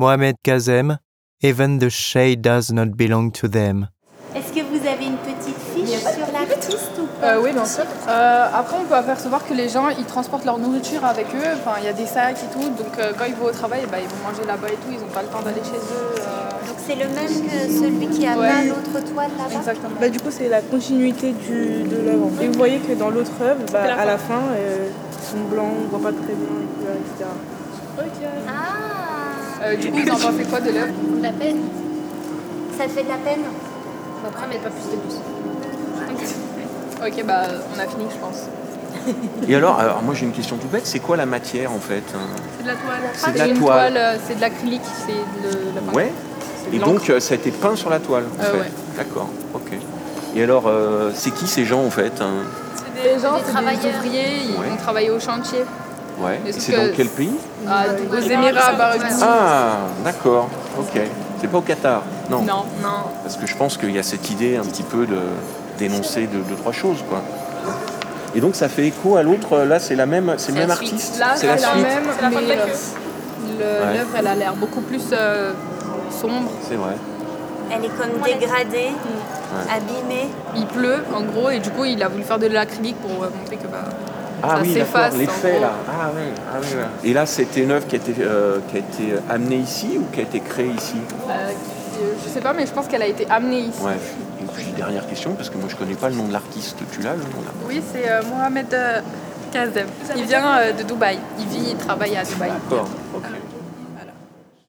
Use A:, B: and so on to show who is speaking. A: Mohamed Kazem, Even the shade does not belong to them.
B: Est-ce que vous avez une petite fiche sur l'artiste ou pas
C: Euh, oui, bien sûr. Euh, après, on peut apercevoir que les gens, ils transportent leur nourriture avec eux. Enfin, il y a des sacs et tout. Donc, euh, quand ils vont au travail, bah, ils vont manger là-bas et tout. Ils n'ont pas le temps d'aller chez eux. euh.
B: Donc c'est le même que celui qui a
C: Ouais.
B: peint l'autre toile là-bas
C: Exactement.
D: Bah, du coup, c'est la continuité du, de l'œuvre. Et vous voyez que dans l'autre œuvre, bah,
C: C'est la
D: à la fin, euh, ils sont blancs, on voit pas très bien les couleurs, etc.
B: Ah
C: Euh, du coup, ils en ont fait quoi de l'œuvre
E: La peine.
B: Ça te fait de la peine
E: Après, mais pas plus de plus.
C: Ok, bah, on a fini, je pense.
F: Et alors, alors moi j'ai une question tout bête, c'est quoi la matière en fait hein
C: C'est de la toile.
F: C'est de la
C: une
F: toile.
C: euh, c'est de l'acrylique, c'est de la peinture.
F: Ouais.
C: C'est de
F: Et
C: l'encre.
F: donc euh, ça a été peint sur la toile en
C: Euh,
F: fait.
C: ouais.
F: D'accord, ok. Et alors, euh, c'est qui ces gens en fait hein
C: Les gens,
E: des
C: c'est des
E: travailleurs.
C: ouvriers, ils
F: Ouais.
C: vont travailler au chantier.
F: Ouais.
C: Mais
F: Et
C: sauf
F: c'est
C: que-
F: dans quel pays
C: Ah, aux Émirats, par exemple.
F: Ah, d'accord, ok. C'est pas au Qatar Ah, Non.
C: Non.
F: Parce que je pense qu'il y a cette idée un petit peu de d'énoncer deux, deux, trois choses quoi. Et donc ça fait écho à l'autre, là c'est la même, c'est le même artiste.
C: Là,
F: c'est la suite.
C: même, mais euh, le-
F: Ouais.
C: l'œuvre, elle a l'air beaucoup plus euh, sombre.
F: C'est vrai.
B: Elle est comme dégradée, abîmée.
C: Il pleut, en gros, et du coup, il a voulu faire de l'acrylique pour euh, montrer que... Bah,
F: Ah
C: Ça
F: oui,
C: s'efface,
F: d'accord, l'effet
C: en gros.
F: là. Ah oui, ah oui. ouais. Et là, c'était une œuvre qui a été, euh, qui a été amenée ici ou qui a été créée ici
C: euh, qui- je sais pas, mais je pense qu'elle a été amenée ici.
F: Ouais. Et puis dernière question, parce que moi je connais pas le nom de l'artiste, tu l'as le nom là
C: Oui, c'est euh, Mohamed euh, Kazem. Il vient euh, de Dubaï. Il vit et travaille à Dubaï.
F: D'accord.